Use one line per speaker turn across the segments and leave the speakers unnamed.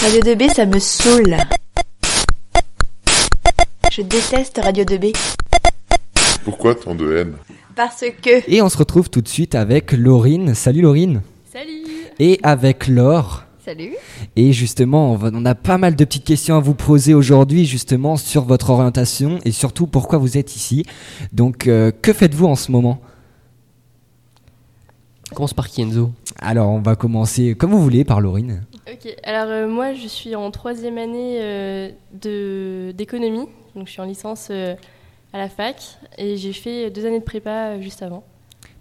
Radio 2B, ça me saoule. Je déteste Radio 2B.
Pourquoi tant de haine
Parce que.
Et on se retrouve tout de suite avec Laurine. Salut Laurine.
Salut
Et avec Laure.
Salut
Et justement, on va- on a pas mal de petites questions à vous poser aujourd'hui, justement, sur votre orientation et surtout pourquoi vous êtes ici. Donc, euh, que faites-vous en ce moment
Commence par Kienzo.
Alors, on va commencer comme vous voulez par Laurine.
Ok, alors euh, moi je suis en troisième année euh, de- d'économie, donc je suis en licence euh, à la fac et j'ai fait deux années de prépa euh, juste avant.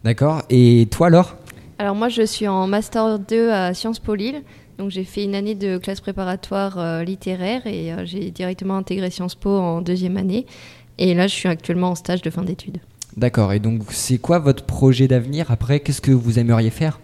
D'accord Et toi, Laure
Alors moi je suis en master 2 à Sciences Po Lille, donc j'ai fait une année de classe préparatoire euh, littéraire et euh, j'ai directement intégré Sciences Po en deuxième année. Et là je suis actuellement en stage de fin d'études.
D'accord. Et donc, c'est quoi votre projet d'avenir après Qu'est-ce que vous aimeriez faire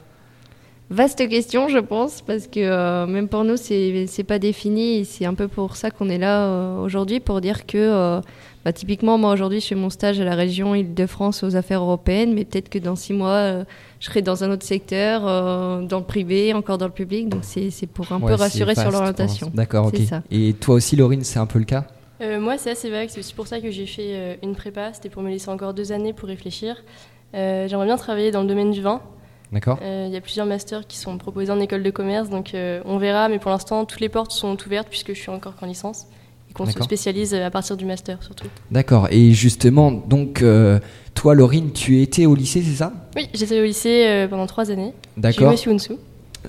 Vaste question je pense parce que euh, même pour nous c'est c'est pas défini et c'est un peu pour ça qu'on est là euh, aujourd'hui pour dire que euh, bah, typiquement moi aujourd'hui je fais mon stage à la région Île-de-France aux affaires européennes mais peut-être que dans six mois euh, je serai dans un autre secteur, euh, dans le privé, encore dans le public donc c'est c'est pour un peu
Ouais, c'est
rassurer
vaste,
sur
je pense.
l'orientation.
D'accord, ok.
C'est ça.
Et toi aussi, Laurine, c'est un peu le cas
Euh, moi c'est assez vague, c'est aussi pour ça que j'ai fait euh, une prépa, c'était pour me laisser encore deux années pour réfléchir. Euh, J'aimerais bien travailler dans le domaine du vin.
D'accord
Euh, Il y a plusieurs masters qui sont proposés en école de commerce, donc euh, on verra, mais pour l'instant toutes les portes sont ouvertes puisque je suis encore qu'en licence et qu'on se
D'accord.
spécialise euh, à partir du master surtout.
D'accord. Et justement, donc, euh, toi, Laurine, tu étais au lycée, c'est ça
Oui, j'étais au lycée euh, pendant trois années. J'ai eu
D'accord.
Monsieur Unsu.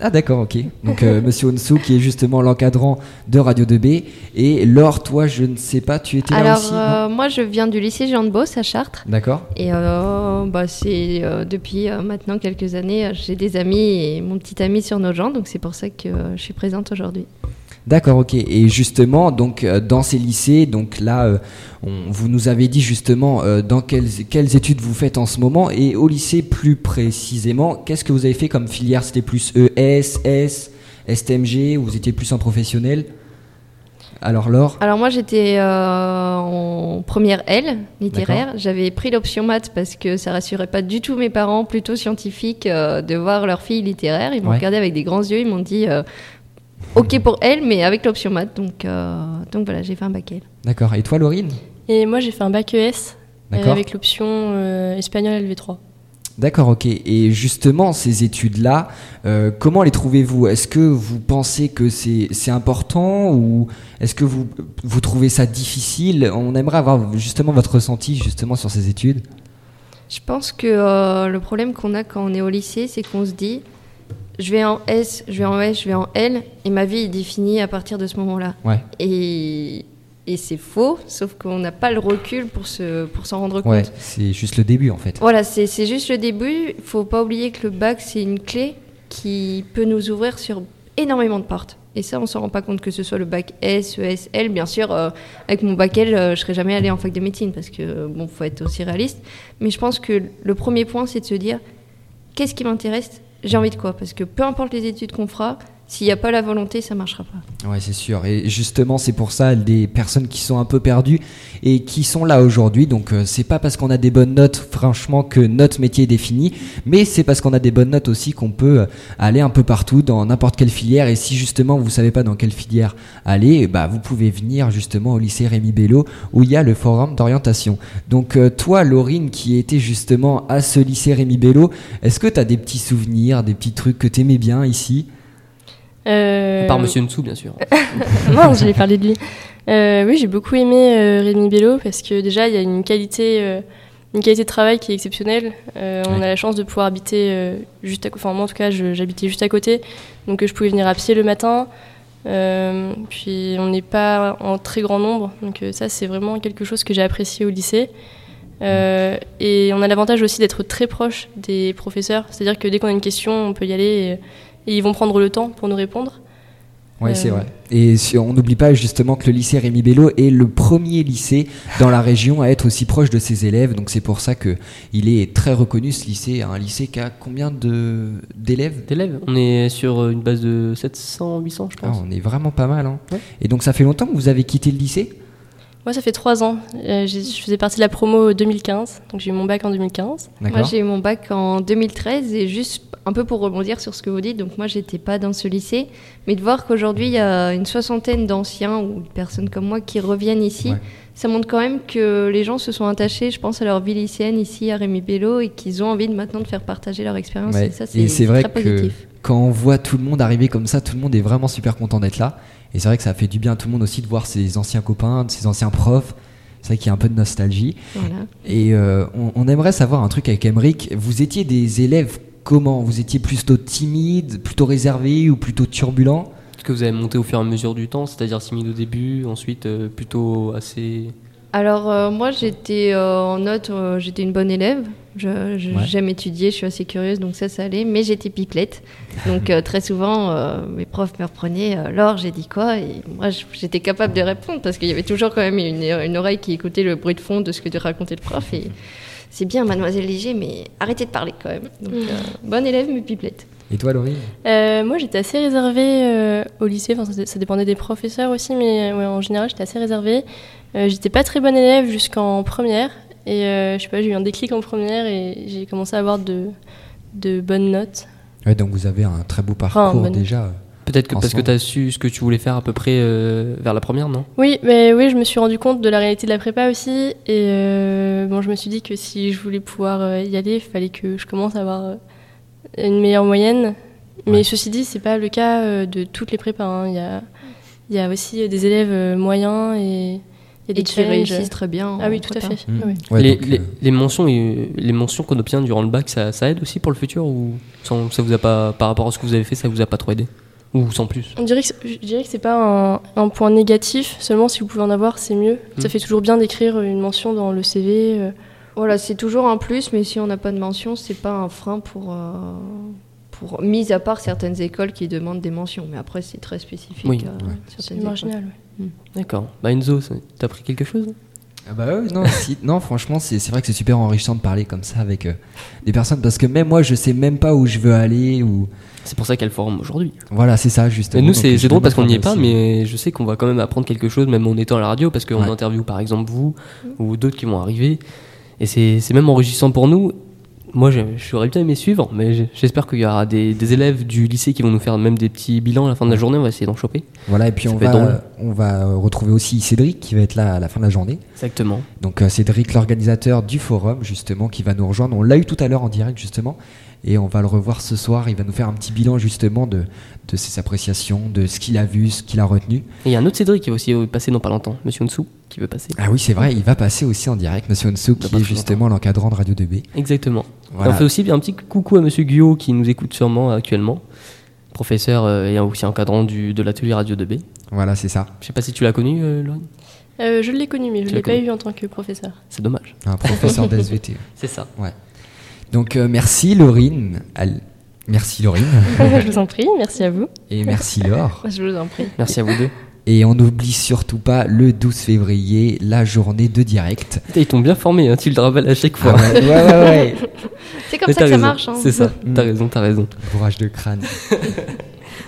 Ah, d'accord, ok. Donc, euh, monsieur Onsu, qui est justement l'encadrant de Radio 2B. Et Laure, toi, je ne sais pas, tu étais là
Alors,
aussi non
euh, moi, je viens du lycée Jean de Beauce à Chartres.
D'accord.
Et euh, bah, c'est euh, depuis euh, maintenant quelques années, euh, j'ai des amis et mon petit ami sur nos gens, donc c'est pour ça que euh, je suis présente aujourd'hui.
D'accord, ok. Et justement, donc euh, dans ces lycées, donc là, euh, on- vous nous avez dit justement euh, dans quelles, quelles études vous faites en ce moment et au lycée plus précisément, qu'est-ce que vous avez fait comme filière C'était plus ES, S, STMG ou Vous étiez plus en professionnel Alors Laure
Alors moi, j'étais euh, en première L littéraire. J'avais pris l'option maths parce que ça rassurait pas du tout mes parents, plutôt scientifiques, euh, de voir leur fille littéraire. Ils m'ont
Ouais.
regardé avec des grands yeux. Ils m'ont dit. euh, Ok pour elle, mais avec l'option maths, donc, euh, donc voilà, j'ai fait un bac L.
D'accord. Et toi, Laurine
Et moi, j'ai fait un bac ES euh,
D'accord.
avec l'option euh, espagnol LV3.
D'accord, ok. Et justement, ces études-là, euh, comment les trouvez-vous Est-ce que vous pensez que c'est c'est important ou est-ce que vous, vous trouvez ça difficile On aimerait avoir justement votre ressenti justement sur ces études.
Je pense que euh, le problème qu'on a quand on est au lycée, c'est qu'on se dit je vais en S, je vais en S, je vais en L, et ma vie est définie à partir de ce moment-là.
Ouais.
Et, et c'est faux, sauf qu'on n'a pas le recul pour se- pour s'en rendre compte.
Ouais, c'est juste le début en fait.
Voilà, c'est c'est juste le début. Il faut pas oublier que le bac, c'est une clé qui peut nous ouvrir sur énormément de portes. Et ça, on s'en rend pas compte que ce soit le bac S, ES, L. Bien sûr, euh, avec mon bac L, euh, je serais jamais allée en fac de médecine parce que, euh, bon, faut être aussi réaliste. Mais je pense que le premier point, c'est de se dire qu'est-ce qui m'intéresse J'ai envie de quoi Parce que peu importe les études qu'on fera, s'il n'y a pas la volonté, ça marchera pas.
Ouais, c'est sûr. Et justement, c'est pour ça des personnes qui sont un peu perdues et qui sont là aujourd'hui. Donc, euh, c'est pas parce qu'on a des bonnes notes, franchement, que notre métier est défini, mais c'est parce qu'on a des bonnes notes aussi qu'on peut euh, aller un peu partout dans n'importe quelle filière. Et si justement vous savez pas dans quelle filière aller, bah vous pouvez venir justement au lycée Rémi Bello où il y a le forum d'orientation. Donc, euh, toi, Laurine, qui était justement à ce lycée Rémi Bello, est-ce que t'as des petits souvenirs, des petits trucs que t'aimais bien ici
Euh,
Par Monsieur Nsou, bien sûr.
non, j'allais parler de lui. Euh, oui, j'ai beaucoup aimé euh, Rémi Bello parce que déjà, il y a une qualité, euh, une qualité de travail qui est exceptionnelle. Euh, On
Ouais.
a la chance de pouvoir habiter euh, juste à côté. Enfin, moi, en tout cas, je- j'habitais juste à côté. Donc, euh, je pouvais venir à pied le matin. Euh, puis, on n'est pas en très grand nombre. Donc, euh, ça, c'est vraiment quelque chose que j'ai apprécié au lycée. Euh, et on a l'avantage aussi d'être très proche des professeurs. C'est-à-dire que dès qu'on a une question, on peut y aller et- et ils vont prendre le temps pour nous répondre.
Oui,
Euh,
c'est vrai. Et si- on n'oublie pas justement que le lycée Rémi Bello est le premier lycée dans la région à être aussi proche de ses élèves. Donc c'est pour ça que il est très reconnu ce lycée. Un lycée qui a combien de d'élèves
D'élèves, on est sur euh, une base de 700, 800, je
Ah,
pense.
On est vraiment pas mal. Hein.
Ouais.
Et donc ça fait longtemps que vous avez quitté le lycée
Moi, ça fait trois ans. Euh, j'ai- je faisais partie de la promo 2015, donc j'ai eu mon bac en 2015.
Moi,
D'accord.
j'ai eu mon bac en 2013 et juste un peu pour rebondir sur ce que vous dites, donc moi, j'étais pas dans ce lycée, mais de voir qu'aujourd'hui, il y a une soixantaine d'anciens ou de personnes comme moi qui reviennent ici,
Ouais.
ça montre quand même que les gens se sont attachés, je pense, à leur vie lycéenne ici, à Rémi Bello, et qu'ils ont envie de maintenant de faire partager leur expérience.
Ouais,
Et ça,
et
c'est
c'est vrai
très
que
positif.
quand on voit tout le monde arriver comme ça, tout le monde est vraiment super content d'être là. Et c'est vrai que ça fait du bien à tout le monde aussi de voir ses anciens copains, de ses anciens profs. C'est vrai qu'il y a un peu de nostalgie.
Voilà.
Et euh, on, on aimerait savoir un truc avec Emeric. Vous étiez des élèves comment Vous étiez plutôt timide, plutôt réservé ou plutôt turbulent
Est-ce que vous avez monté au fur et à mesure du temps, c'est-à-dire timide au début, ensuite euh, plutôt assez.
Alors euh, moi j'étais euh, en note, euh, j'étais une bonne élève, Je- je-
Ouais.
j'aime étudier, je suis assez curieuse donc ça ça allait, mais j'étais pipelette. Donc euh, très souvent euh, mes profs me reprenaient, euh, Laure j'ai dit quoi Et moi j- j'étais capable de répondre parce qu'il y avait toujours quand même une, une oreille qui écoutait le bruit de fond de ce que racontait le prof et c'est bien mademoiselle Léger mais arrêtez de parler quand même. Donc euh, bonne élève mais pipelette.
Et toi, Laurie
Euh, moi, j'étais assez réservée euh, au lycée. Enfin, ça, ça dépendait des professeurs aussi, mais euh, ouais, en général, j'étais assez réservée. Euh, j'étais pas très bonne élève jusqu'en première. Et euh, je sais pas, j'ai eu un déclic en première et j'ai commencé à avoir de, de bonnes notes.
Ouais, donc vous avez un très beau parcours
bonne-
déjà.
Peut-être que parce que
Ensemble.
tu as su ce que tu voulais faire à peu près euh, vers la première, non
Oui, mais oui, je me suis rendu compte de la réalité de la prépa aussi. Et euh, bon, je me suis dit que si je voulais pouvoir euh, y aller, il fallait que je commence à avoir euh, une meilleure moyenne. Mais
Ouais.
ceci dit, c'est pas le cas euh, de toutes les prépas. hein. Il y, a, il y a aussi euh, des élèves euh, moyens et il y a des
Et qui
challenges.
réussissent très bien. en
Ah oui, tout à
prépa.
fait.
Mm.
Oui.
Ouais,
les,
donc,
les-
euh,
les mentions et- les mentions qu'on obtient durant le bac, ça, ça aide aussi pour le futur ou sans- ça vous a pas par rapport à ce que vous avez fait, ça vous a pas trop aidé ou sans plus
On dirait que c'est- je dirais que c'est pas un, un point négatif. Seulement, si vous pouvez en avoir, c'est mieux. Ça
Mm.
fait toujours bien d'écrire une mention dans le CV. euh,
Voilà, c'est toujours un plus, mais si on n'a pas de mention, c'est pas un frein pour, euh, pour. Mis à part certaines écoles qui demandent des mentions, mais après, c'est très spécifique.
Oui,
à
ouais.
c'est
certaines écoles.
marginal. ouais.
D'accord. Bah Enzo, ça- t'as appris quelque chose
Ah bah ouais, non, si- non, franchement, c'est c'est vrai que c'est super enrichissant de parler comme ça avec euh, des personnes parce que même moi, je sais même pas où je veux aller ou
C'est pour ça qu'elle forme aujourd'hui.
voilà, c'est ça
Et
justement.
nous,
Donc,
c'est
je
c'est drôle
me
parce qu'on n'y est pas,
aussi.
mais je sais qu'on va quand même apprendre quelque chose, même en étant à la radio, parce qu'on
Ouais.
interviewe par exemple vous ou d'autres qui vont arriver. Et c'est c'est même enrichissant pour nous. Moi, je- j'aurais bien aimé suivre, mais j- j'espère qu'il y aura des, des élèves du lycée qui vont nous faire même des petits bilans à la fin de la journée. On va essayer d'en choper.
Voilà, et puis
Ça
on
fait
va,
drôle.
on va euh, retrouver aussi Cédric qui va être là à la fin de la journée.
Exactement.
Donc euh, Cédric, l'organisateur du forum, justement, qui va nous rejoindre. On l'a eu tout à l'heure en direct, justement, et on va le revoir ce soir. Il va nous faire un petit bilan, justement, de, de ses appréciations, de ce qu'il a vu, ce qu'il a retenu.
Et il y a un autre Cédric qui va aussi passer dans pas longtemps, Monsieur Nsou, qui veut passer.
Ah oui, c'est vrai, il va passer aussi en direct, Monsieur Onsu,
Dans
qui
pas
est
très
justement l'encadrant de Radio 2B.
Exactement.
Voilà.
Et On fait aussi un petit coucou à Monsieur Guyot qui nous écoute sûrement actuellement, professeur euh, et aussi encadrant du, de l'atelier Radio 2B.
Voilà, c'est ça.
Je sais pas si tu l'as connu, euh, Lorraine.
Euh, je l'ai connu, mais je
Tu
ne
l'as
l'ai pas
connu.
eu en tant que professeur.
C'est dommage.
Un professeur d'SVT.
C'est ça.
Donc euh, merci Laurine. Al- Merci Laurine.
je vous en prie, merci à vous.
Et merci Laure.
Je vous en prie.
Merci à vous deux.
Et on n'oublie surtout pas le 12 février, la journée de direct.
Putain, Ils t'ont bien formé, hein, tu le rappelles à chaque fois.
Ah ouais, ouais, ouais, ouais.
C'est comme
Mais
ça
t'as
que ça
raison,
marche. hein.
C'est ça,
Mm.
t'as raison, t'as raison.
Bourrage de crâne.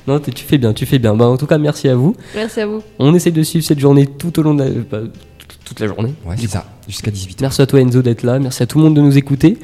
Non, t'es- tu fais bien, tu fais bien. Bah, en tout cas, merci à vous.
Merci à vous.
On essaie de suivre cette journée tout au long de la, bah, toute- toute la journée.
Ouais, c'est ça. Jusqu'à 18h.
Merci à toi Enzo d'être là, merci à tout le monde de nous écouter.